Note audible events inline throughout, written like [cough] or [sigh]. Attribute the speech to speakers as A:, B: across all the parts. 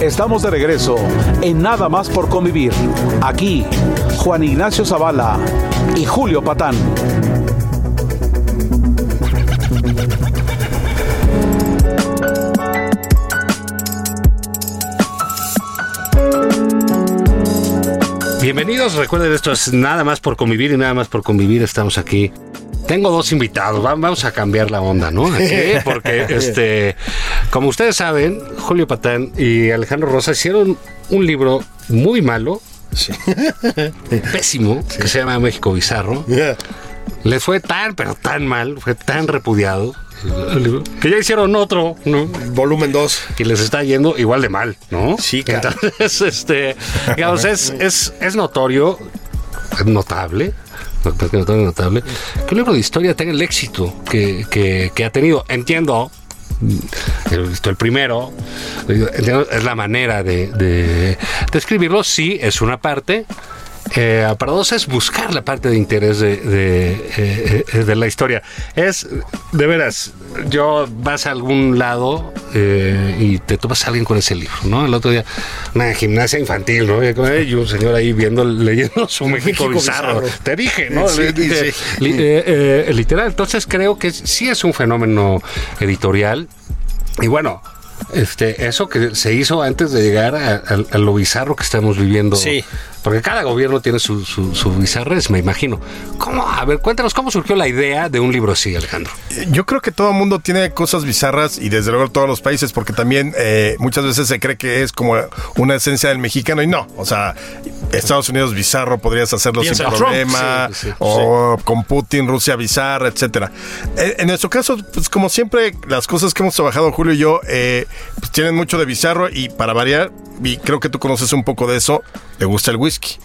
A: Estamos de regreso en Nada más por convivir. Aquí, Juan Ignacio Zavala y Julio Patán.
B: Bienvenidos, recuerden esto es nada más por convivir y nada más por convivir estamos aquí. Tengo dos invitados, va- vamos a cambiar la onda, ¿no? Aquí, [laughs] porque este, como ustedes saben, Julio Patán y Alejandro Rosa hicieron un libro muy malo, [laughs] pésimo, que se llama México Bizarro. Les fue tan, pero tan mal, fue tan repudiado, el libro, que ya hicieron otro, ¿no?
C: Volumen 2.
B: que les está yendo igual de mal, ¿no?
C: Sí, claro.
B: Entonces, [laughs] este, digamos, es, es, es notorio, es notable, no, creo que notorio, notable, que un libro de historia tenga el éxito que, que- que ha tenido. Entiendo, mm, he visto el primero, digo, entiendo, es la manera de, de- de escribirlo, sí, es una parte. Eh, para dos es buscar la parte de interés de, de, eh, eh, de la historia. Es, de veras, yo vas a algún lado eh, y te topas a alguien con ese libro, ¿no? El otro día, una gimnasia infantil, ¿no? Y como, eh, Y un señor ahí viendo, leyendo su México,
C: México
B: bizarro.
C: bizarro.
B: Te dije, ¿no?
C: Sí,
B: Li-
C: sí.
B: li- eh, eh, literal. Entonces creo que sí es un fenómeno editorial. Y bueno, este, eso que se hizo antes de llegar a, a- a lo bizarro que estamos viviendo.
C: Sí.
B: Porque cada gobierno tiene su, su, su bizarrés, me imagino. ¿Cómo? A ver, cuéntanos cómo surgió la idea de un libro así, Alejandro.
D: Yo creo que todo el mundo tiene cosas bizarras y desde luego todos los países, porque también eh, muchas veces se cree que es como una esencia del mexicano y no. O sea, Estados Unidos bizarro, podrías hacerlo
C: Piensa
D: sin
C: en Trump.
D: problema,
B: Sí, sí, sí.
D: o con Putin, Rusia bizarra, etcétera. Eh, en nuestro caso, pues como siempre, las cosas que hemos trabajado Julio y yo eh, pues, tienen mucho de bizarro y para variar, y creo que tú conoces un poco de eso, te gusta el whisky.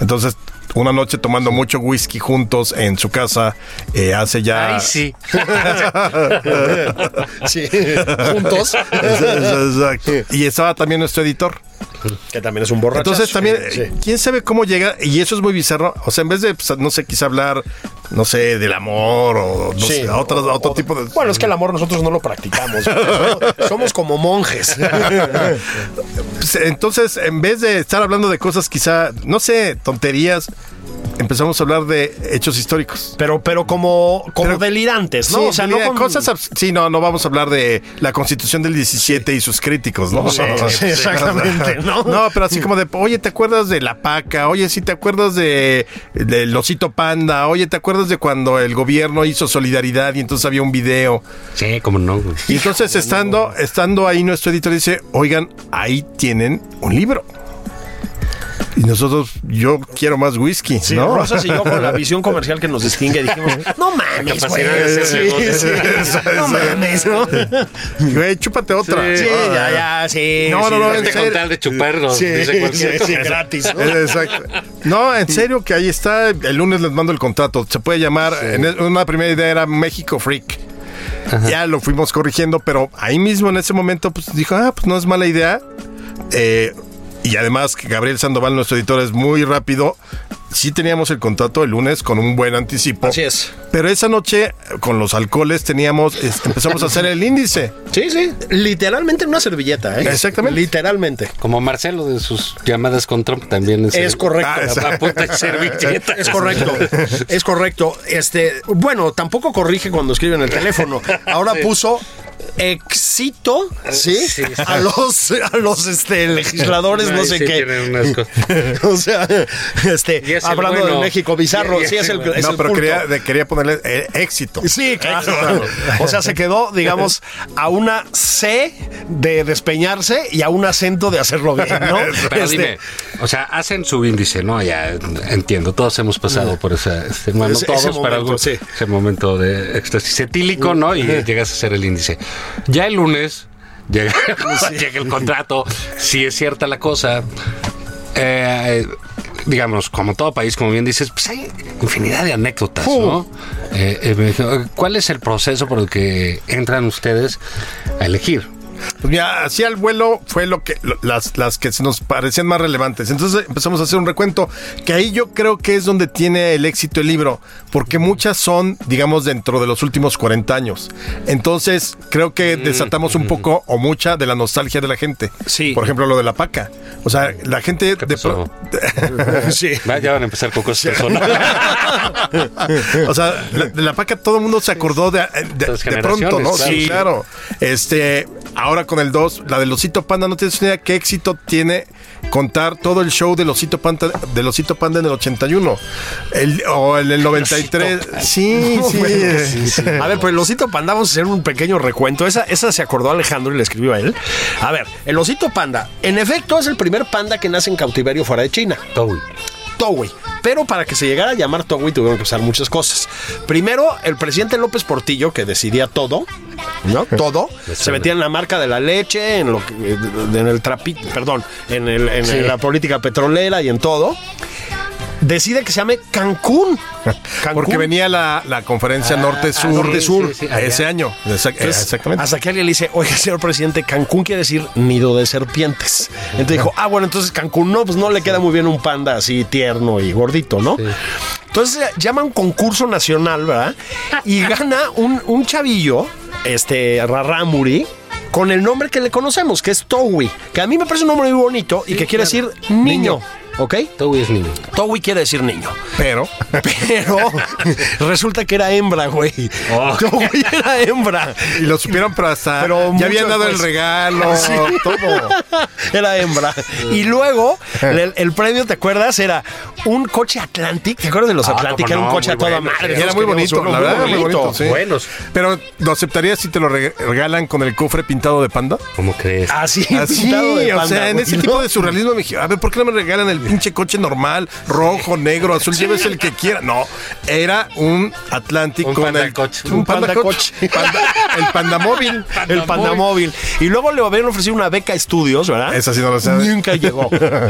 D: Entonces... Una noche tomando mucho whisky juntos en su casa, eh, hace ya...
B: Ay, sí.
C: Ah,
B: [laughs]
C: Sí. [laughs] Juntos.
D: Exacto. Y estaba también nuestro editor.
C: que también es un borracho.
D: Entonces también,
C: Sí.
D: quién sabe cómo llega, y eso es muy bizarro. O sea, en vez de, pues, no sé, quizá hablar, no sé, del amor o no
C: Sí.
D: sé, pues, a otro, a otro
C: O-
D: tipo de.
C: Bueno, es que el amor nosotros no lo practicamos.
D: [laughs]
C: Somos como monjes.
D: Pues, entonces, en vez de estar hablando de cosas, quizá, no sé, tonterías, empezamos a hablar de hechos históricos.
C: Pero, pero como, como
D: Pero-
C: delirantes, ¿no?
D: Sí,
C: o sea,
D: mira,
C: no con-
D: cosas. abs- Sí, no, no vamos a hablar de la constitución del 17 y sus críticos, ¿no? [laughs]
C: Sí, sí, exactamente, ¿no?
D: No, pero así como de, oye, ¿te acuerdas de la paca? Oye, sí, ¿te acuerdas de del osito panda? Oye, ¿te acuerdas de cuando el gobierno hizo solidaridad y entonces había un video?
B: Sí, como no. güey.
D: Y entonces estando, estando ahí nuestro editor dice, oigan, ahí tienen un libro. Y nosotros, yo quiero más whisky,
C: Sí,
D: ¿no?
C: Rosas
D: [laughs]
C: y [laughs] yo con la visión comercial que nos distingue dijimos, no mames, güey.
B: Capacidades
C: Sí,
B: de negocio.
C: sí,
D: Eso,
C: no
D: eso.
C: mames, ¿no?
D: Güey, chúpate otra. Ah,
C: Sí, ya, ya, sí.
D: No,
C: sí,
D: no, no,
C: sí,
D: en
B: Este con
D: serio.
B: tal de chuparlo,
C: sí,
B: dice
C: sí,
B: cualquier
C: sí,
D: [laughs]
C: gratis, ¿no?
D: Exacto. No, en serio que ahí está. El lunes les mando el contrato. Se puede llamar. en es- una primera idea era México Freak. Ya lo fuimos corrigiendo, pero ahí mismo en ese momento pues dijo, ah, pues no es mala idea. Eh, y además que Gabriel Sandoval, nuestro editor, es muy rápido. Sí teníamos el contrato el lunes con un buen anticipo.
C: Así es.
D: Pero esa noche con los alcoholes teníamos, es- empezamos a hacer el índice.
C: Sí, sí. Literalmente en una servilleta, ¿eh?
D: Exactamente.
C: Literalmente.
B: Como Marcelo de sus llamadas con Trump también es.
C: Es correcto.
D: Ah,
C: la-
B: La puta servilleta.
C: [laughs]
D: [laughs]
C: Es correcto, es correcto. Este, bueno, tampoco corrige cuando escribe en el teléfono. Ahora puso éxito, ¿sí? A los, a los
B: [laughs]
C: este, legisladores, no
B: Ay,
C: sé
B: sí,
C: qué.
B: tienen unas cosas.
C: [laughs] O sea, este,
B: Y es el
C: hablando
B: bueno.
C: de México bizarro,
B: Y- y
C: sí es el, [laughs] es
D: no,
C: el
D: pero
C: punto.
D: quería, de- quería ponerle eh, éxito.
C: Sí, claro. O sea, se quedó, digamos, a una C de despeñarse y a un acento de hacerlo bien, ¿no?
B: [laughs] Pero
C: Este,
B: dime, o sea, hacen su índice, ¿no? Ya entiendo, todos hemos pasado por esa, este, bueno,
C: Ese-
B: todos,
C: ese
B: pero
C: momento,
B: algún-
C: sí.
B: ese momento de éxtasis etílico, ¿no? Y llegas a hacer el índice. Ya el lunes llega, [laughs] llega el contrato, si es cierta la cosa. eh, digamos, como todo país, como bien dices, pues hay infinidad de anécdotas, ¿no? Eh, eh, me dijeron, ¿Cuál es el proceso por el que entran ustedes a elegir?
D: Pues mira, así al vuelo fue lo que lo- las, las que se nos parecían más relevantes. Entonces empezamos a hacer un recuento, que ahí yo creo que es donde tiene el éxito el libro, porque muchas son, digamos, dentro de los últimos 40 años. Entonces creo
B: Mm.
D: que desatamos un poco o mucha de la nostalgia de la gente.
B: Sí.
D: Por ejemplo, lo de la paca. O sea, la gente... de
B: pasó?
D: pro- [laughs]
C: sí.
B: Va, Ya van a empezar con cosas [laughs] personales.
C: [laughs]
D: O sea, la, de la paca todo el mundo se acordó de, eh, de-
B: Las
D: de pronto, ¿no?
B: generaciones, claro.
D: Sí, claro. Este, ahora con el 2, la del Osito Panda, no tienes idea qué éxito tiene contar todo el show del Osito Panda, del Osito Panda en el 81. El, o en el 93. Sí, sí.
C: A ver, pues el osito panda, vamos a hacer un pequeño recuento. Esa, esa se acordó Alejandro y le escribió a él. A ver, el osito panda, en efecto, es el primer panda que nace en cautiverio fuera de China.
B: Toby.
C: Towie. Pero para que se llegara a llamar Towie tuvieron que usar muchas cosas. Primero, el presidente López Portillo, que decidía todo, ¿no? Todo.
B: Pues
C: Se metía en la marca de la leche, en, lo que-
D: eh,
C: en el trapi- perdón, en, el- en la política petrolera y en todo. Decide que se llame Cancún. Cancún.
D: Porque venía la, la conferencia Norte-Sur.
B: Norte-Sur. sí, sí, allá.
D: ese año. Exac-
C: Entonces,
D: exactamente.
C: Hasta que alguien le dice, oiga, señor presidente, Cancún quiere decir nido de serpientes. Entonces dijo, ah, bueno, entonces Cancún no, pues no le queda muy bien un panda así tierno y gordito, ¿no? Entonces eh, llama a un concurso nacional, ¿verdad? Y gana un, un chavillo, este, Raramuri. Con el nombre que le conocemos, que es Towi, que a mí me parece un nombre muy bonito y que quiere decir niño, ¿ok?
B: Toby es niño.
C: Towi quiere decir niño.
D: Pero.
C: [laughs] Pero resulta que era hembra, güey.
D: Oh.
C: Towi era hembra.
D: Y lo supieron, pero hasta.
C: Pero mucho
D: ya habían dado el
C: después.
D: regalo. Todo.
C: Era hembra. Y luego,
D: Eh.
C: el, el premio, ¿te acuerdas? Era un coche Atlantic. ¿Te acuerdas de los
B: Ah,
C: Atlantic?
B: cómo
C: Era un
B: no,
C: coche a
B: muy
C: toda
B: bueno.
C: madre.
D: Era
C: Todos
D: muy
C: queríamos
D: bonito,
C: uno,
D: la
C: muy
D: verdad, muy bonito. sí.
B: buenos.
D: Pero, ¿lo aceptarías si te lo reg- regalan con el cofre pintado de panda?
B: ¿Cómo crees?
C: Así,
D: Así,
C: pintado de
D: o
C: panda,
D: sea, en
C: güey,
D: ese
C: ¿no?
D: tipo de surrealismo me dije, a ver, ¿por qué no me regalan el pinche coche normal, rojo, negro, azul? Lleves el que quiera. No, era un Atlantic
B: Un
D: con
B: panda
D: el
B: coche.
D: Un panda, coche. [laughs] Panda- el panda móvil.
C: [laughs] El Pandamóvil. Y luego le habían ofrecido una beca a estudios, ¿verdad?
D: Esa sí no lo sabe. [laughs]
C: Nunca llegó.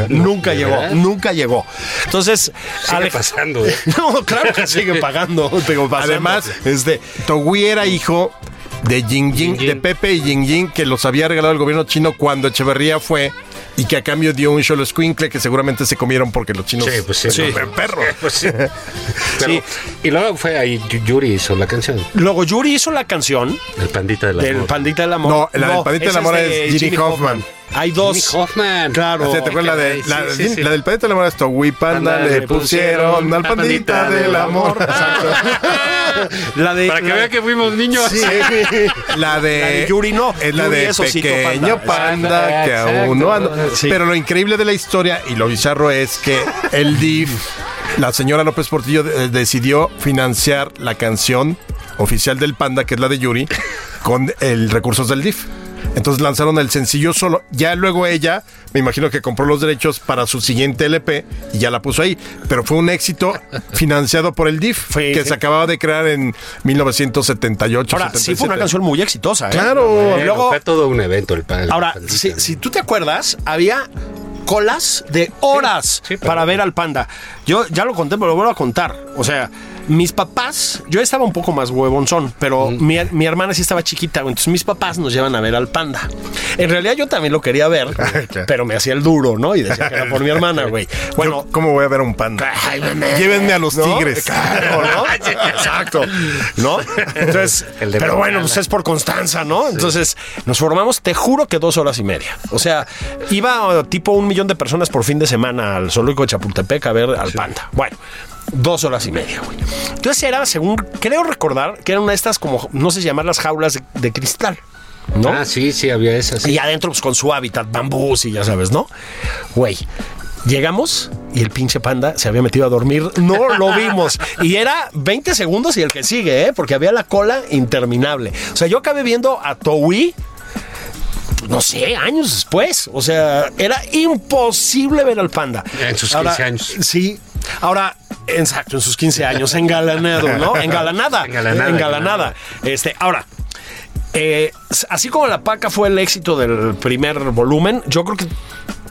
C: nunca llegó. Nunca llegó. Entonces,
B: Sigue
C: Ale-
B: pasando, ¿eh?
C: [laughs] No, claro que sigue pagando. digo, pasando.
D: Además, este, Togui era hijo de Ying Ying,
B: Ying.
D: de Pepe y Ying Ying, que los había regalado el gobierno chino cuando Echeverría fue y que a cambio dio un solo squinkle que seguramente se comieron porque los chinos.
B: Sí, pues sí. [laughs]
D: no, perro.
B: Pues sí. Pero-
C: Sí.
B: Y luego fue ahí Yu- Yuri hizo la canción.
C: Luego Yuri hizo la canción
B: El pandita de la
C: del Pandita del Amor.
D: No, la del Pandita del
C: esa
D: Amor
C: es de
D: es Ginny
C: Jimmy
D: Hoffman.
C: Hay dos.
B: Hoffman.
C: Claro.
D: O sea, Ah, ¿Te acuerdas la, de,
B: Sí,
D: la,
B: sí, sí.
D: la del pandita del amor? Esto, Wii Panda
B: Panda
D: le pusieron al pandita del amor. [laughs]
C: La de,
B: Para que
C: la-
B: vean que fuimos niños.
C: Sí.
D: La de,
C: La de Yuri no.
D: Es la
C: Yuri
D: de
C: es osito
D: pequeño
C: panda.
D: panda que
B: Exacto,
D: aún no anda.
B: exacto. Sí.
D: Pero lo increíble de la historia y lo bizarro es que el DIF, la señora López Portillo, de- decidió financiar la canción oficial del panda, que es la de Yuri, con el recursos del DIF. Entonces lanzaron el sencillo solo. Ya luego ella, me imagino que compró los derechos para su siguiente LP y ya la puso ahí. Pero fue un éxito financiado por el DIF,
C: Sí,
D: que
C: sí.
D: se acababa de crear en 1978.
C: Ahora, sí fue una
D: 77.
C: canción muy exitosa. ¿eh?
D: Claro.
C: Y
B: Bueno,
C: luego,
B: fue todo un evento el pan.
C: ahora,
B: el pandita.
C: si, si tú te acuerdas, había colas de horas
B: sí, pero-
C: para ver al panda. Yo ya lo conté, pero lo vuelvo a contar. O sea, mis papás, yo estaba un poco más huevonzón, pero mi, mi hermana sí estaba chiquita, güey, entonces mis papás nos llevan a ver al panda. En realidad yo también lo
D: [laughs]
C: quería ver, pero me hacía el duro, ¿no? Y decía que era por mi hermana, güey. Bueno,
D: Yo, ¿Cómo voy a ver a un panda?
C: Ay, mamá.
D: Llévenme a los
C: ¿No?
D: tigres.
C: Claro,
D: [laughs]
C: ¿no? Exacto. ¿No? Entonces,
B: El de Bengala.
C: pero bueno, pues es por constanza, ¿no? Entonces, nos formamos, te juro que dos horas y media. O sea, iba eh, tipo un millón de personas por fin de semana al zoológico de Chapultepec a ver al panda. Bueno. Dos horas y media, güey. Entonces era, según creo recordar, que eran una de estas como, no sé si llamarlas jaulas de, de cristal, ¿no?
B: Ah, sí, sí, había esas.
C: Y adentro, pues con su hábitat, bambús y ya sabes, ¿no? Güey. Llegamos y el pinche panda se había metido a dormir. No lo vimos. Y era 20 segundos y el que sigue, ¿eh? Porque había la cola interminable. O sea, yo acabé viendo a Towi no sé, años después. O sea, era imposible ver al panda.
B: En sus 15 años.
C: Sí. Ahora, exacto, en sus 15 años, engalanado,
B: [laughs]
C: ¿no? Engalanada.
B: Engalanada,
C: Engalanada. Este, ahora. eh, así como la paca fue el éxito del primer volumen, yo creo que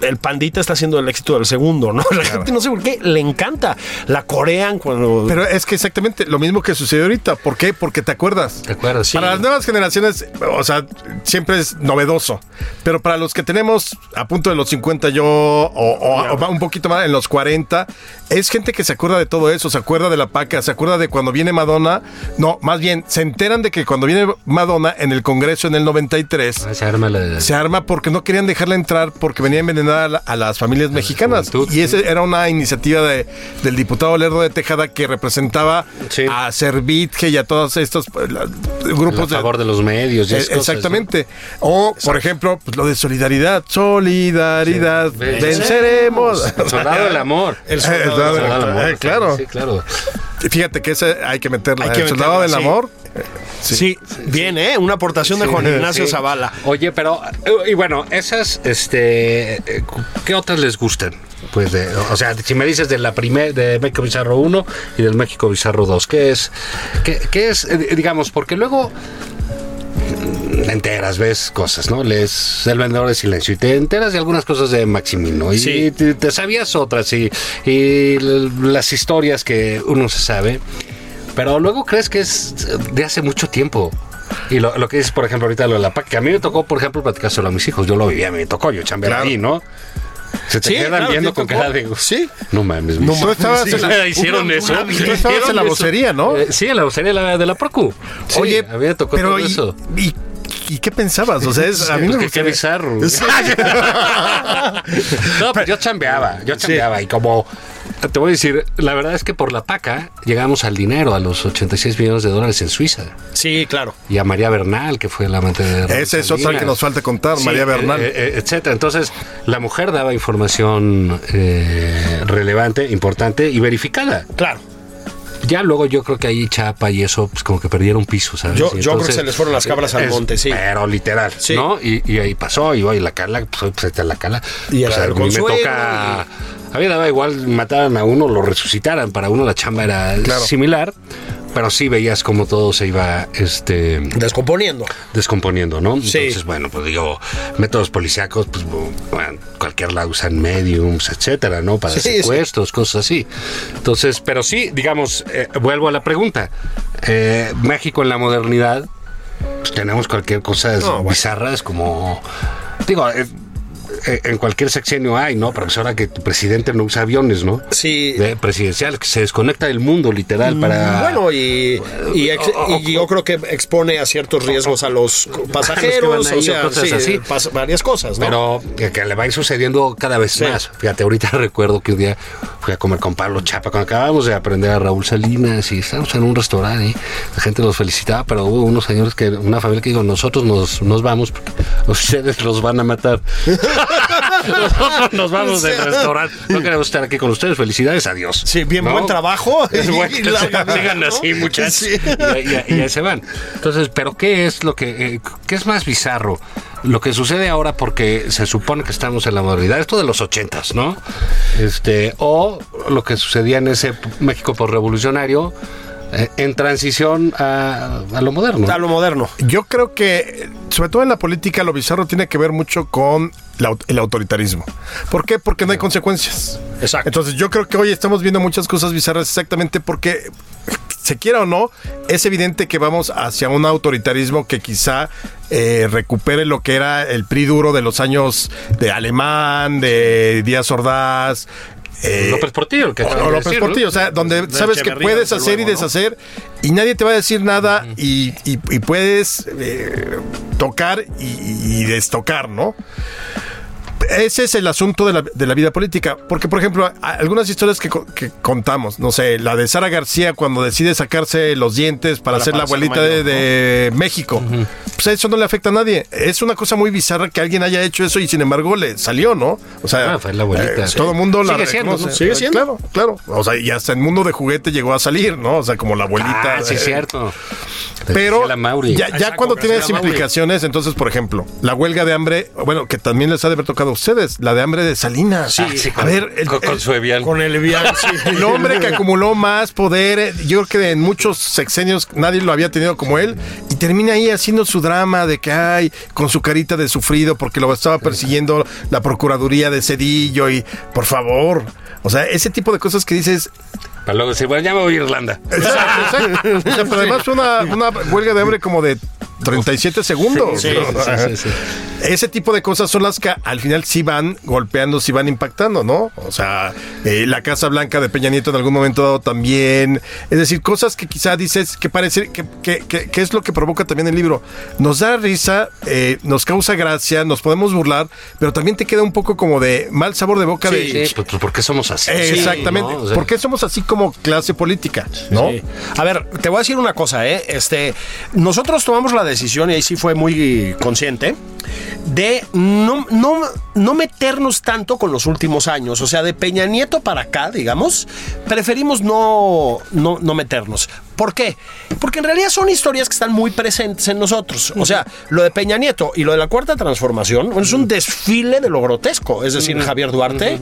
C: el pandita está haciendo el éxito del segundo, ¿no? [laughs] La gente no sé por qué le encanta. La corean cuando.
D: Pero es que exactamente lo mismo que sucedió ahorita. ¿Por qué? Porque te acuerdas.
B: ¿Te acuerdas? Sí.
D: Para las nuevas generaciones, o sea, siempre es novedoso. Pero para los que tenemos a punto de los 50 yo, o, o- o va un poquito más, en los 40, es gente que se acuerda de todo eso, se acuerda de la paca, se acuerda de cuando viene Madonna. No, más bien, se enteran de que cuando viene Madonna en el Congreso en el 93,
B: Ah, Se arma la.
D: se arma porque no querían dejarla entrar porque venía envenenada a, la- a las familias mexicanas.
B: juventud,
D: y esa era una iniciativa de, del diputado Lerdo de Tejada que representaba
B: Sí.
D: a Servitje y a todos estos eh, la-
B: a
D: grupos de,
B: favor de los medios. y
D: eh,
B: esas cosas,
D: Exactamente. O, por ejemplo, pues, lo de solidaridad. Solidaridad.
B: Sí.
D: Venceremos.
B: ¿no? El soldado
D: [laughs]
B: del amor.
D: El soldado del
B: Soldado
D: amor. Eh, claro.
B: Sí, claro.
D: Fíjate que ese hay que meterla. ¿eh?
C: Hay que
D: el soldado del
C: meterla, sí.
D: amor.
C: sí, bien, ¿eh? Una aportación de Juan Ignacio
B: Sí.
C: Zavala.
B: Oye, pero. eh, Y bueno, esas, este. eh, ¿Qué otras les gustan? Pues de, o sea, si me dices de la primer, de México Bizarro 1 y del México Bizarro 2, ¿qué es? ¿Qué, qué es? eh, digamos, porque luego mm, te enteras, ves cosas, ¿no? Lees El Vendedor de Silencio y te enteras de algunas cosas de Maximino y
C: Sí.
B: te, te sabías otras y, y l- las historias que uno se sabe, pero luego crees que es de hace mucho tiempo. Y lo, lo que dices, por ejemplo, ahorita lo de la PAC, que a mí me tocó, por ejemplo, platicar solo a mis hijos. Yo lo vivía, me tocó, yo chambeaba
D: Claro.
B: ahí, ¿no? Se te
C: Sí,
B: quedan
C: claro,
B: viendo
C: sí
B: con
C: tocó.
B: cara de...
C: Sí.
B: No mames,
D: No
B: mis-
D: mames, sí.
B: Hicieron
C: Una-
B: eso.
C: una-
D: Tú estabas en la
B: Hicieron eso.
D: vocería, ¿no?
B: Eh, sí, en la vocería de la, de la Procu. Sí,
D: Oye,
B: a mí me tocó
D: pero
B: todo
D: ¿y,
B: eso.
D: y, y qué pensabas? O sea, es- a
B: [laughs]
D: mí
B: Pues
D: me
B: qué- qué
D: gustaría-
B: bizarro. no, pero yo chambeaba, yo chambeaba y como te voy a decir, la verdad es que por la paca llegamos al dinero, a los 86 millones de dólares en Suiza
C: Sí, claro.
B: y a María Bernal, que fue la amante de
D: Esa
B: Raúl
D: es otra que
B: Salinas.
D: nos falta contar,
B: Sí,
D: María Bernal.
B: eh, eh, etcétera. Entonces, la mujer daba información eh, relevante, importante y verificada.
C: Claro.
B: Ya luego yo creo que ahí Chapa y eso, pues como que perdieron piso, ¿sabes?
C: Yo-
B: Y eh,
C: yo creo que se les fueron las cabras al monte, sí.
B: Pero literal,
C: Sí.
B: ¿no? Y, y ahí pasó, y, hoy la cala, pues pues, ahí está la cala.
C: Y
B: Pues,
C: el
B: a mí me
C: Consuelo,
B: toca... A mí daba igual, mataran a uno, lo resucitaran, para uno la chamba era similar, pero sí veías como todo se iba, este
C: Descomponiendo.
B: descomponiendo, ¿no?
C: Sí.
B: Entonces, bueno, pues digo, métodos policíacos, pues bueno, cualquier lado usan mediums, etcétera, ¿no? Para
C: Sí, sí.
B: secuestros, cosas así. Entonces, pero sí, digamos, eh, vuelvo a la pregunta. Eh, México en la modernidad, pues tenemos cualquier cosa bizarras como. Digo, eh, eh, en cualquier sexenio hay, ¿no? Pero pues ahora que tu presidente no usa aviones, ¿no?
C: Sí.
B: De presidencial, que se desconecta del mundo, literal, para.
C: Bueno, y, y ex- y yo creo que expone a ciertos riesgos a los
B: A los
C: pasajeros,
B: que van ahí,
C: o sea,
B: o cosas
C: sí,
B: así.
C: pas- varias cosas, ¿no?
B: Pero que, que le va a ir sucediendo cada vez más. Fíjate, ahorita [laughs] recuerdo que un día fui a comer con Pablo Chapa, cuando acabábamos de aprender a Raúl Salinas y estábamos en un restaurante y la gente nos felicitaba, pero hubo unos señores que, una familia que dijo, nosotros nos, nos vamos porque [laughs] ustedes los van a matar. nosotros nos vamos [laughs] del restaurante. No queremos estar aquí con ustedes. Felicidades, adiós.
C: Sí, bien,
B: ¿No?
C: buen trabajo.
B: Es [laughs] bueno,
C: [laughs] Y larga vida,
B: sigan
C: ¿no?
B: así, muchachos.
C: Sí.
B: Y, ahí- y ahí se van. Entonces, ¿pero qué es lo que eh, qué es más bizarro? Lo que sucede ahora porque se supone que estamos en la modernidad, esto de los ochentas, ¿no? Este, o lo que sucedía en ese México postrevolucionario eh, en transición a, a lo moderno.
C: A lo moderno.
D: Yo creo que, sobre todo en la política, lo bizarro tiene que ver mucho con la au- el autoritarismo. ¿Por qué? Porque no hay consecuencias.
C: Exacto.
D: Entonces yo creo que hoy estamos viendo muchas cosas bizarras exactamente porque, se quiera o no, es evidente que vamos hacia un autoritarismo que quizá eh, recupere lo que era el PRI duro de los años de Alemán, de Díaz Ordaz. eh,
B: López Portillo, el que acabas
D: o
B: de
D: López
B: decir, ¿no?
D: Portillo, o sea, donde sabes que
C: Echeverría,
D: puedes
C: desde
D: hacer y
C: luego, ¿no?
D: deshacer y nadie te va a decir nada y, y- y puedes eh, tocar y, y destocar, ¿no? ese es el asunto de la, de la vida política. Porque, por ejemplo, a- algunas historias que, co- que contamos, no sé, la de Sara García cuando decide sacarse los dientes para, ser la
B: para ser
D: abuelita de,
B: mayor,
D: de México, pues eso no le afecta a nadie. Es una cosa muy bizarra que alguien haya hecho eso y sin embargo le salió, ¿no? O sea, eh,
B: Ah, fue la abuelita.
D: todo el mundo la
B: Sigue siendo,
D: reconoce.
B: ¿no?
C: Sigue siendo.
D: Claro, claro. O sea, y hasta en mundo de juguete llegó a salir, ¿no? O sea, como la abuelita.
B: Ah, sí,
D: eh,
B: es cierto.
D: pero
B: Graciela Mauri.
D: ya, ya
C: Exacto,
D: cuando tienes
C: Graciela Mauri.
D: implicaciones, entonces, por ejemplo, la huelga de hambre, bueno, que también les ha de haber tocado a ustedes, la de hambre de Salinas.
B: Ah, sí,
D: a
B: con-
D: ver, el,
B: con, con
D: el-
B: su Evian.
C: Con el vial, sí.
D: [laughs] el hombre que acumuló más poder, eh, yo creo que en muchos sexenios nadie lo había tenido como él, y termina ahí haciendo su drama de que hay, con su carita de sufrido porque lo estaba persiguiendo la Procuraduría de Cedillo y, por favor, o sea, ese tipo de cosas
B: [laughs]
D: que dices,
B: Para luego decir, bueno, ya me voy a Irlanda.
C: Eh,
D: Exacto, exacto. O sea, [laughs] pero además fue una, una huelga de hambre como de 37 segundos.
B: Sí,
D: ¿no?
B: sí, sí, sí, sí.
D: Ese tipo de cosas son las que al final sí van golpeando, sí van impactando, ¿no? O sea, eh, la Casa Blanca de Peña Nieto en algún momento dado también. Es decir, cosas que quizá dices que parece que, que- que- que es lo que provoca también el libro. Nos da risa, eh, nos causa gracia, nos podemos burlar, pero también te queda un poco como de mal sabor de boca de...
B: Sí, pues, pues, ¿por qué somos así?
D: Exactamente.
B: Sí, ¿no? O sea,
D: ¿Por qué somos así como clase política? ¿No?
C: Sí. A ver, te voy a decir una cosa, ¿eh? Este, nosotros tomamos la decisión, y ahí sí fue muy consciente, de no, no, no meternos tanto con los últimos años. O sea, de Peña Nieto para acá, digamos, preferimos no, no, no meternos. ¿Por qué? Porque en realidad son historias que están muy presentes en nosotros. O sea, lo de Peña Nieto y lo de la Cuarta Transformación bueno, es un desfile de lo grotesco. Es decir, Javier Duarte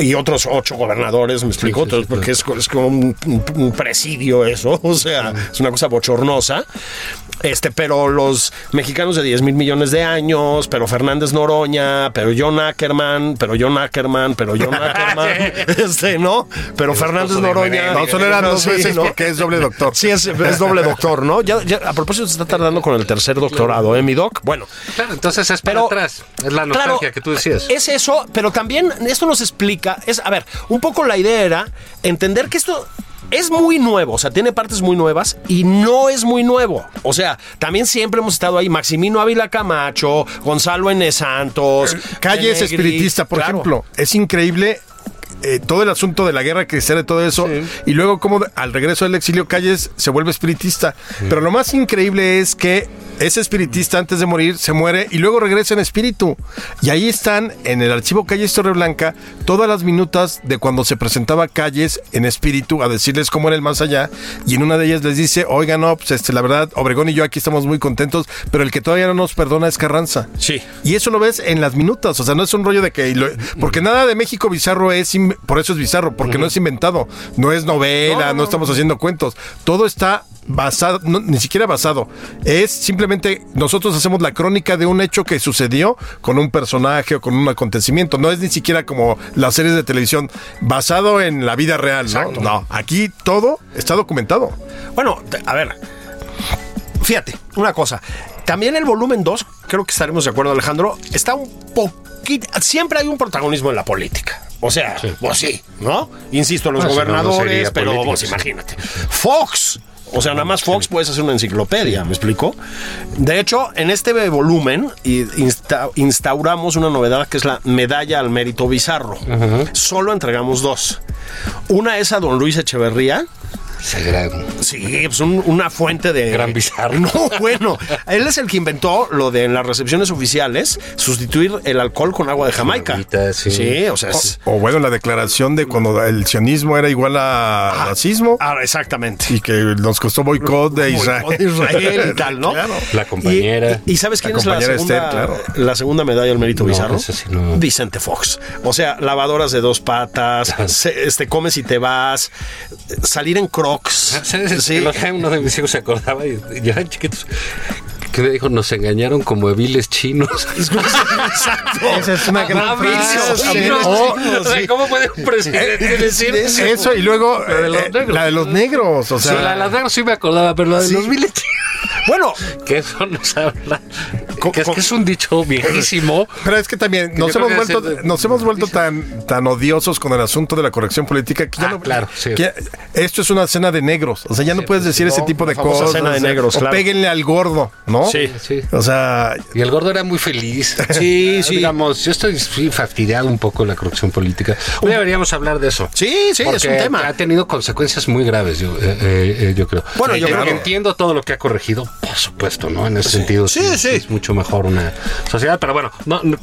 C: y otros ocho gobernadores, me explico, otros, porque es, co- es como un, un- un presidio eso. [laughs] O sea, es una cosa bochornosa. Este, pero los mexicanos de 10 mil millones de años, pero Fernández Noroña, pero John Ackerman, pero John Ackerman, pero John Ackerman, este, ¿no? Pero Fernández
B: de
C: Noroña.
B: Medellín.
D: No, solo eran
C: No,
D: dos
C: sí,
D: veces
C: ¿no?
D: porque es doble doctor.
C: Sí, es, es doble doctor, ¿no? Ya, ya, a propósito, se está tardando con el tercer doctorado, ¿eh, mi doc? Bueno,
B: Claro, entonces es para
C: pero-
B: atrás. Es la nostalgia
C: claro,
B: que tú decías.
C: Es eso, pero también esto nos explica, es, a ver, un poco la idea era entender que esto es muy nuevo, o sea, tiene partes muy nuevas y no es muy nuevo. O sea, también siempre hemos estado ahí, Maximino Ávila Camacho, Gonzalo N. Santos,
D: Calles
C: Negri,
D: espiritista, por
C: claro.
D: ejemplo. Es increíble. eh, todo el asunto de la guerra cristiana y todo eso, y luego como al regreso del exilio Calles se vuelve espiritista. Pero lo más increíble es que ese espiritista antes de morir se muere y luego regresa en espíritu. Y ahí están en el archivo Calles Torreblanca todas las minutas de cuando se presentaba Calles en espíritu a decirles cómo era el más allá. Y en una de ellas les dice, oigan, no, pues, este, la verdad, Obregón y yo aquí estamos muy contentos, pero el que todavía no nos perdona es Carranza.
C: Sí.
D: Y eso lo ves en las minutas, o sea, no es un rollo de que... lo- porque nada de México bizarro es... in- Por eso es bizarro, porque no es inventado, no es novela, no, estamos haciendo cuentos. Todo está basado, no, ni siquiera basado. Es simplemente nosotros hacemos la crónica de un hecho que sucedió con un personaje o con un acontecimiento. No es ni siquiera como las series de televisión basado en la vida real, ¿no? No, aquí todo está documentado.
C: Bueno, te- a ver. Fíjate, una cosa. También el volumen 2, creo que estaremos de acuerdo, Alejandro, está un poquito. Siempre hay un protagonismo en la política. O sea, pues sí, ¿no? Insisto, los
B: Ah, si no, no
C: gobernadores,
B: sería
C: pero
B: político,
C: pues,
B: sí.
C: imagínate. Fox. O sea, nada más Fox puedes hacer una enciclopedia, ¿me explico? De hecho, en este volumen i- insta- instauramos una novedad que es la medalla al mérito bizarro. Solo entregamos dos. Una es a don Luis Echeverría,
B: Se gran-
C: Sí, pues un- una fuente de...
B: Gran bizarro.
C: [laughs] No, bueno, él es el que inventó lo de en las recepciones oficiales sustituir el alcohol con agua de Jamaica.
B: Agüita, sí.
C: o sea, es-
D: O bueno, la declaración de cuando el sionismo era igual a racismo.
C: Ah, exactamente.
D: Y que nos costó boicot de [laughs] Israel.
C: Boicot de Israel y tal, ¿no?
D: Claro.
B: La compañera.
C: ¿Y, y- y sabes quién
D: La
C: es la
D: compañera
C: segunda,
D: Esther,
C: la segunda medalla al mérito
B: No,
C: bizarro?
B: esa sí no.
C: Vicente Fox. O sea, lavadoras de dos patas,
B: Ah.
C: se- este, comes y te vas, salir en crocs.
B: ¿Sabes? El otro día uno de mis hijos se acordaba y, y eran chiquitos. Que me dijo, nos engañaron como eviles
D: [laughs]
B: chinos.
C: Exacto.
D: Esa es una gran frase.
C: Avisos,
D: Oh, Sí,
C: avisos,
D: o-
B: Ah, O sea, ¿Cómo puede un presidente decir
D: Eso, y luego
B: La de los
D: eh,
B: negros.
D: la de los negros, o
B: Sí,
D: sea,
B: la de las negras sí me acordaba, pero la de los viles chinos.
C: Bueno,
B: Que eso nos habla.
D: co-
B: que es que es un dicho viejísimo.
D: Pero es que también nos
B: yo creo
D: hemos,
B: que
D: vuelto,
B: es-
D: nos hemos vuelto tan, tan odiosos con el asunto de la corrección política que ya
B: Ah,
D: no.
B: claro, sí.
D: que ya- esto es una cena de negros. O sea, ya no puedes decir ese tipo de
C: una famosa
D: cosas.
C: cena de negros,
D: o
C: claro.
D: péguenle al gordo, ¿no?
C: Sí.
B: Sí.
D: O sea,
B: Y el gordo era muy feliz. Ah,
C: [laughs] Sí, sí.
B: Digamos, yo estoy sí, fastidiado un poco de la corrupción política. Hoy deberíamos hablar de eso.
C: Sí, sí, es
B: Porque
C: un tema.
B: Ha tenido consecuencias muy graves, yo, eh, eh, eh, yo creo.
C: Bueno, yo
B: Eh,
C: creo que-
B: entiendo todo lo que ha corregido, por supuesto, ¿no? En ese sentido,
C: Sí, sí.
B: es mucho mejor una sociedad. Pero bueno, no, no,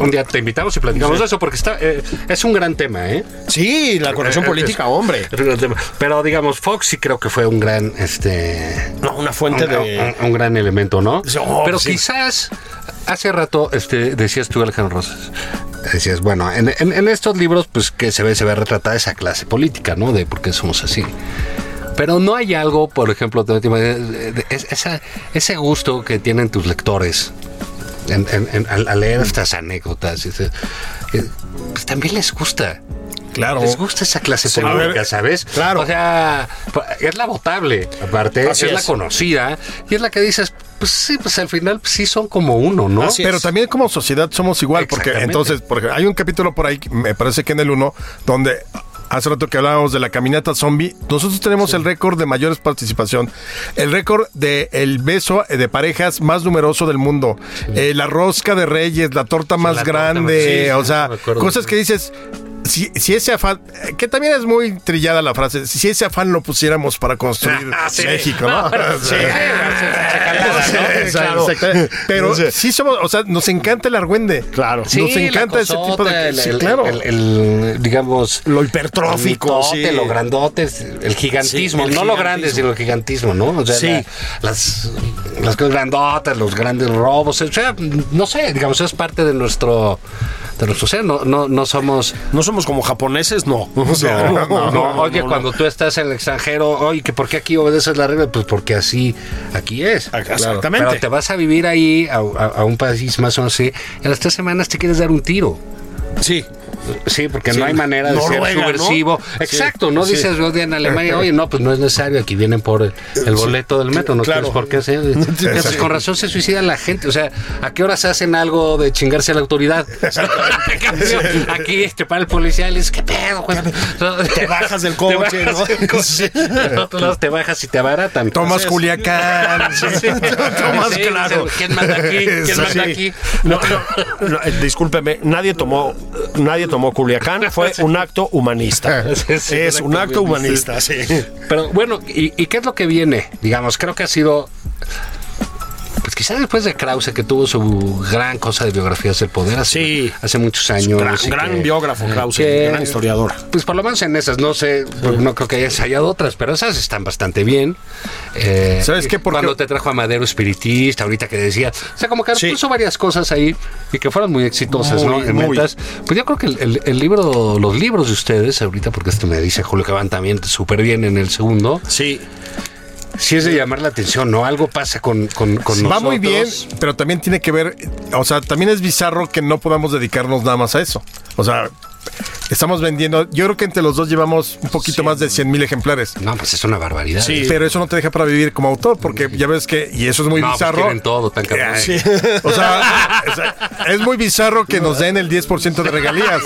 B: un día te invitamos y platicamos de eso porque está, eh, es un gran tema, ¿eh?
C: Sí, la corrección
B: Eh, eh,
C: política,
B: es-
C: hombre.
B: es un gran tema. Pero digamos, Fox sí creo que fue un gran, este,
C: No, una fuente
B: un,
C: de.
B: un- un gran elemento, ¿no?
C: Sí, oh,
B: Pero
C: sí.
B: quizás hace rato este, decías tú, Alejandro Rosas, decías, bueno, en, en- en estos libros, pues que se ve, se ve retratada esa clase política, ¿no? De por qué somos así. Pero no hay algo, por ejemplo, de- de- de- es- esa- ese gusto que tienen tus lectores en- en- en- al, al leer estas anécdotas. y se- que, pues también les gusta.
D: claro.
B: Les gusta esa clase
D: a
B: política,
D: ver,
B: ¿sabes?
D: claro.
B: O sea, pues, es la votable, aparte,
C: Así
B: es, la
C: es.
B: conocida y es la que dices, pues sí, pues al final pues, sí son como uno, ¿no?
C: Así es.
D: Pero también como sociedad somos igual, porque
B: Exactamente.
D: entonces, por ejemplo, hay un capítulo por ahí, me parece que en el 1, donde hace rato que hablábamos de la caminata zombie, nosotros tenemos el récord de mayores participación, el récord de el beso de parejas más numeroso del mundo, eh, la rosca de reyes, la torta más
B: la torta más- sí,
D: grande,
B: sí,
D: o
B: sí,
D: sea,
B: me acuerdo.
D: cosas que dices... Si, si ese afán, que también es muy trillada la frase, si ese afán lo pusiéramos para construir México, ¿no? O sea,
B: Chacalada, ¿no?
D: Claro. Exactamente. [laughs] Pero sí somos, o sea, nos encanta el argüende. Claro.
B: Sí,
D: nos encanta
B: la
D: ese tipo
B: cosota,
D: de.
B: el-
D: sí,
B: el-
D: claro.
B: el- el, digamos,
C: Lo hipertrófico,
B: grandote,
C: sí.
B: lo grandote, el gigantismo,
C: Sí, el
B: no lo grande,
C: gigantismo.
B: sino el gigantismo, ¿no? O sea,
C: Sí.
B: la- las, las cosas grandotas, los grandes robos, o sea, no sé, digamos, es parte de nuestro, de nuestro ser, no, no, no somos...
C: No somos como japoneses, no. O sea,
B: No, oye, cuando tú estás en el extranjero, oye, que ¿por qué aquí obedeces la regla? Pues porque así, aquí es.
C: Ah, exactamente.
B: Pero te vas a vivir ahí, a, a- a un país más o menos así, y a las tres semanas te quieres dar un tiro.
C: Sí.
B: Sí, porque
C: Sí.
B: no hay manera de
C: Noruega,
B: ser subversivo.
C: ¿no?
B: Exacto, no
C: Sí.
B: dices "Yo de en Alemania, oye, no, pues no es necesario, aquí vienen por el, el boleto del metro, no
C: Claro.
B: tienes por qué hacer. Entonces, con razón se suicida la gente, o sea, ¿a qué horas hacen algo de chingarse a la autoridad? [laughs] En cambio, aquí este para el policial es qué pedo, güey.
C: Te bajas del coche,
B: [laughs] te bajas
C: ¿no?
B: [laughs] del coche. En otros lados te bajas y te abaratan.
D: Tomás
B: Entonces, [laughs]
D: Culiacán.
B: sí.
C: Tomás,
B: Sí,
C: claro.
B: ¿Quién manda aquí? ¿Quién
C: Eso
B: manda
C: sí. [laughs]
B: aquí?
C: No, no, no, eh, discúlpeme, nadie tomó, nadie tomó Culiacán, fue un acto humanista.
B: [laughs] Sí, sí,
C: es un acto humanista, sí.
B: Pero bueno, ¿y, y qué es lo que viene? Digamos, creo que ha sido. Pues quizás después de Krause, que tuvo su gran cosa de biografías del poder hace,
C: Sí.
B: hace muchos años.
C: Gran,
B: y
C: gran
B: que- eh,
C: biógrafo, Krause,
B: que-
C: gran historiador.
B: Pues por lo menos en esas, no sé, no creo que haya ensayado otras, pero esas están bastante bien. Eh,
D: ¿Sabes qué? Porque-
B: Cuando te trajo a Madero Espiritista, ahorita que decía, o sea, como que
C: Sí.
B: puso varias cosas ahí y que fueron muy exitosas,
C: Muy,
B: ¿no? En
C: muy.
B: ventas. Pues yo creo que el, el- el libro, los libros de ustedes, ahorita, porque esto me dice Julio que van también súper bien en el segundo,
C: Sí,
B: sí es de llamar la atención, ¿no? Algo pasa con, con, con
D: Va
B: nosotros.
D: muy bien, pero también tiene que ver, o sea, también es bizarro que no podamos dedicarnos nada más a eso. O sea, estamos vendiendo, yo creo que entre los dos llevamos un poquito más de 100 mil ejemplares.
B: No, pues es una barbaridad.
C: Sí.
D: Pero eso no te deja para vivir como autor, porque ya ves que, y eso es muy
B: No, pues
D: bizarro. Eh,
B: tienen todo tan cabrón.
D: Ay, O sea, o sea, es muy bizarro que nos den el 10% de regalías.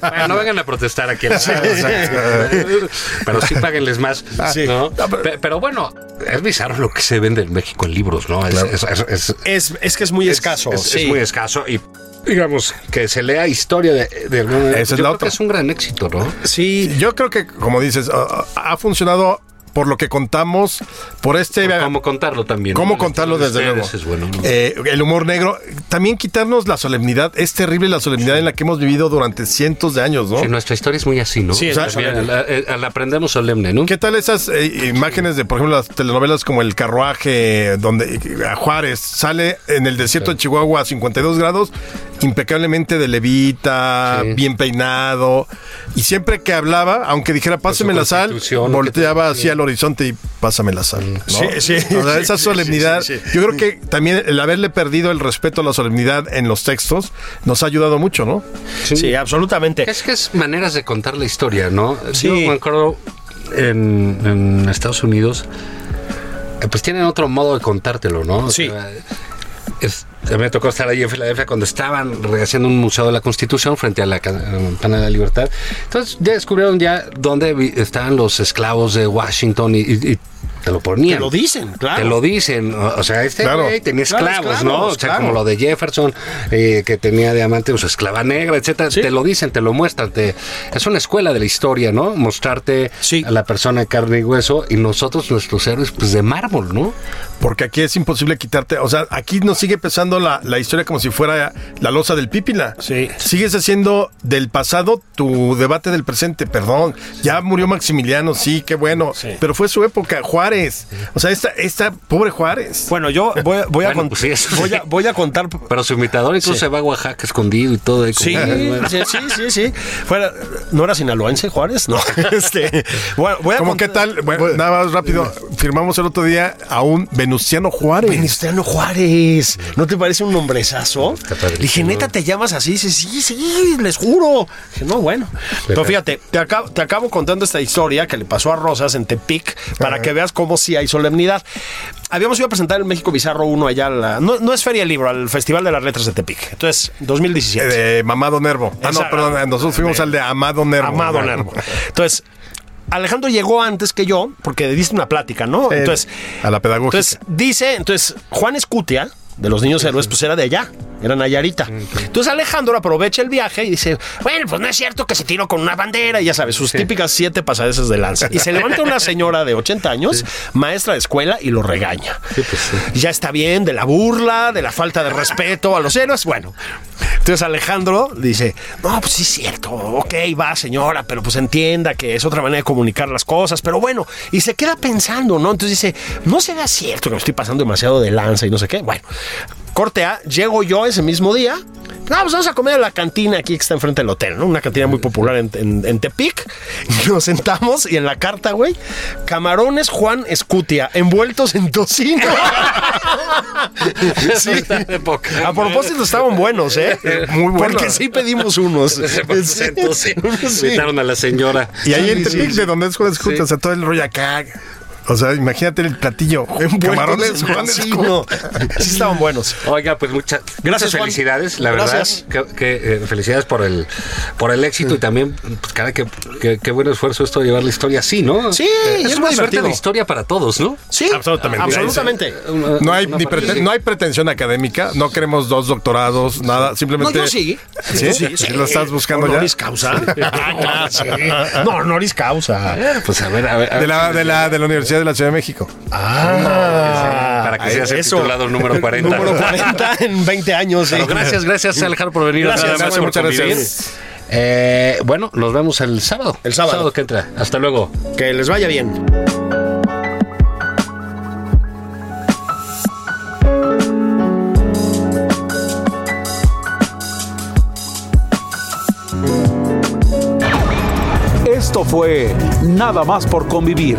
B: Bueno, no vengan a protestar aquí. ¿no? [laughs] pero sí páguenles más.
D: Ah,
B: ¿no? Pe- Pero, bueno, es bizarro lo que se vende en México en libros, ¿no? Es, es- es- es-
C: es, es que es muy escaso.
B: es- es
C: sí.
B: muy escaso y digamos que se lea historia de, de alguna-
D: Esa es
B: Yo
D: la
B: creo
D: otra.
B: que es un gran éxito, ¿no?
C: Sí,
D: Yo creo que, como dices, ha ha funcionado por lo que contamos, por este...
B: Cómo contarlo también.
D: ¿Cómo
B: ¿no?
D: contarlo desde
B: Ustedes
D: luego?
B: Es bueno, ¿no?
D: Eh, el humor negro. También quitarnos la solemnidad. Es terrible la solemnidad en la que hemos vivido durante cientos de años, ¿no?
B: Sí, nuestra historia es muy así, ¿no?
C: Sí, es
B: O sea,
C: muy solemne.
B: al, al- al aprendernos solemne, ¿no?
D: ¿Qué tal esas eh, imágenes de, por ejemplo, las telenovelas como El Carruaje, donde eh, a Juárez sale en el desierto de Chihuahua a 52 grados, impecablemente de levita,
B: Sí.
D: bien peinado, y siempre que hablaba, aunque dijera pásame la sal,
B: constitución,
D: volteaba hacia el horizonte y pásame la
B: Mm.
D: sal. ¿no?
C: Sí, sí,
D: O sea,
C: sí,
D: esa
C: sí,
D: solemnidad,
C: sí, sí, sí.
D: yo creo que también el haberle perdido el respeto a la solemnidad en los textos nos ha ayudado mucho, ¿no?
C: sí, absolutamente.
B: Es que es maneras de contar la historia, ¿no?
C: Sí.
B: Yo me acuerdo en, en Estados Unidos, eh, pues tienen otro modo de contártelo, ¿no? O
C: Sí.
B: sea, es- a mí me tocó estar ahí en Filadelfia cuando estaban rehaciendo un museo de la Constitución frente a la ca- Campana de la Libertad. Entonces ya descubrieron ya dónde vi- estaban los esclavos de Washington y, y- y te lo ponían.
C: Te lo dicen, claro.
B: Te lo dicen, o o sea, este
D: Claro.
B: güey tenía
C: Claro,
B: esclavos, ¿no?
C: esclavos,
B: O sea,
C: claro.
B: como lo de Jefferson, eh, que tenía diamante, o sea, esclava negra, etcétera. Te lo dicen, te lo muestran. Te, es una escuela de la historia, ¿no? Mostrarte
C: Sí.
B: a la persona de carne y hueso y nosotros, nuestros héroes, pues de mármol, ¿no?
D: Porque aquí es imposible quitarte, o sea, aquí nos sigue pesando la, la historia como si fuera la losa del pípila.
C: Sí.
D: Sigues haciendo del pasado tu debate del presente, perdón. Ya murió Maximiliano, sí, qué bueno. Pero fue su época, Juárez. O sea, esta, esta pobre Juárez.
C: Bueno, yo voy, a- voy, a,
B: Bueno,
C: cont-
B: pues sí, eso sí.
C: voy, a, voy a contar
B: Pero su imitador incluso se va a Oaxaca escondido y todo. ahí como-
C: Sí, sí, sí, sí, sí. Fuera, ¿No era sinaloense Juárez? No. [laughs] Este, bueno, voy a
D: ¿Cómo
C: cont-
D: qué tal? Bueno, nada más rápido. Firmamos el otro día a un Venustiano Juárez.
C: Venustiano Juárez. ¿No te parece un nombrezazo?
B: padrísimo.
C: Dije, neta, te llamas así. Dice, sí, sí, les juro. Dije, no, bueno. Pero fíjate, te acabo, te acabo contando esta historia que le pasó a Rosas en Tepic para que veas cómo sí hay solemnidad. Habíamos ido a presentar el México Bizarro 1 allá, a la, no, no es Feria del Libro, al Festival de las Letras de Tepic. Entonces,
D: Eh,
C: 2017.
D: de Mamado Nervo. Ah, no,
C: Esa-
D: perdón, nosotros fuimos al de Amado Nervo.
C: Amado Nervo. Entonces, Alejandro llegó antes que yo porque diste una plática, ¿no?
D: Eh,
C: Entonces,
D: a la pedagógica.
C: entonces dice, entonces Juan Escutia de los niños héroes, pues era de allá, era Nayarita. Entonces Alejandro aprovecha el viaje y dice, bueno, pues no es cierto que se tiró con una bandera, y ya sabes, sus típicas siete pasadesas de lanza. Y se levanta una señora de 80 años, maestra de escuela, y lo regaña. Ya está bien de la burla, de la falta de respeto a los héroes, bueno. Entonces Alejandro dice, no, pues sí es cierto, ok, va señora, pero pues entienda que es otra manera de comunicar las cosas, pero bueno, y se queda pensando, ¿no? Entonces dice, no será cierto que me estoy pasando demasiado de lanza y no sé qué, bueno. Corte A, llego yo ese mismo día. No, pues vamos a comer a la cantina aquí que está enfrente del hotel, ¿no? Una cantina muy popular en, en- en Tepic. [laughs] Nos sentamos y en la carta, güey, camarones Juan Escutia, envueltos
B: [laughs]
C: en tocino. Sí.
B: Está de poca
C: A propósito, estaban buenos, ¿eh?
D: Muy buenos.
C: Porque sí pedimos unos. Sí,
B: Entonces,
C: unos sí.
B: invitaron a la señora.
D: Y ahí
C: Sí,
D: en
C: sí,
D: Tepic,
C: sí.
D: de donde es Juan Escutia,
B: Sí.
D: o sea, todo el rollo acá. O sea, imagínate el platillo. Camarones Juan
C: pues, Sí,
D: Escutia.
C: no. Sí estaban buenos.
B: Oiga, pues muchas
C: Gracias,
B: gracias,
C: Juan.
B: felicidades, la
C: Gracias.
B: verdad. Que, que, eh, felicidades por el por el éxito y también, pues, cara, qué, qué- qué buen esfuerzo esto de llevar la historia así, ¿no?
C: Sí,
B: Eh,
C: es
B: es,
C: muy
B: una suerte
C: divertido.
B: de historia para todos, ¿no?
C: Sí,
D: Absolutamente.
C: Absolutamente.
D: No hay, ni
B: parte
D: preten-
B: de-
D: no hay pretensión académica, no queremos dos doctorados, nada,
C: No,
D: simplemente...
C: yo sí.
D: ¿Sí?
C: Yo
D: ¿Sí lo estás buscando ya?
C: ¿Honoris causa? [laughs] Ah, claro, sí. No, honoris causa.
B: Eh, Pues a ver, a ver. a
D: De
B: ver
D: la, de, la, de la Universidad de la Ciudad de México.
C: Ah.
B: para que seas el
C: eso.
B: titulado [laughs] número 40.
C: Número 40 en 20 años. sí.
B: Pero gracias, Mm. gracias Alejandro por venir.
C: Gracias,
B: Nada más
C: gracias,
B: por
D: muchas
B: convivir.
D: gracias.
B: Eh, bueno, nos vemos el sábado.
C: El sábado.
B: que entra. Hasta luego.
C: Que les vaya bien.
A: Esto fue Nada más por convivir.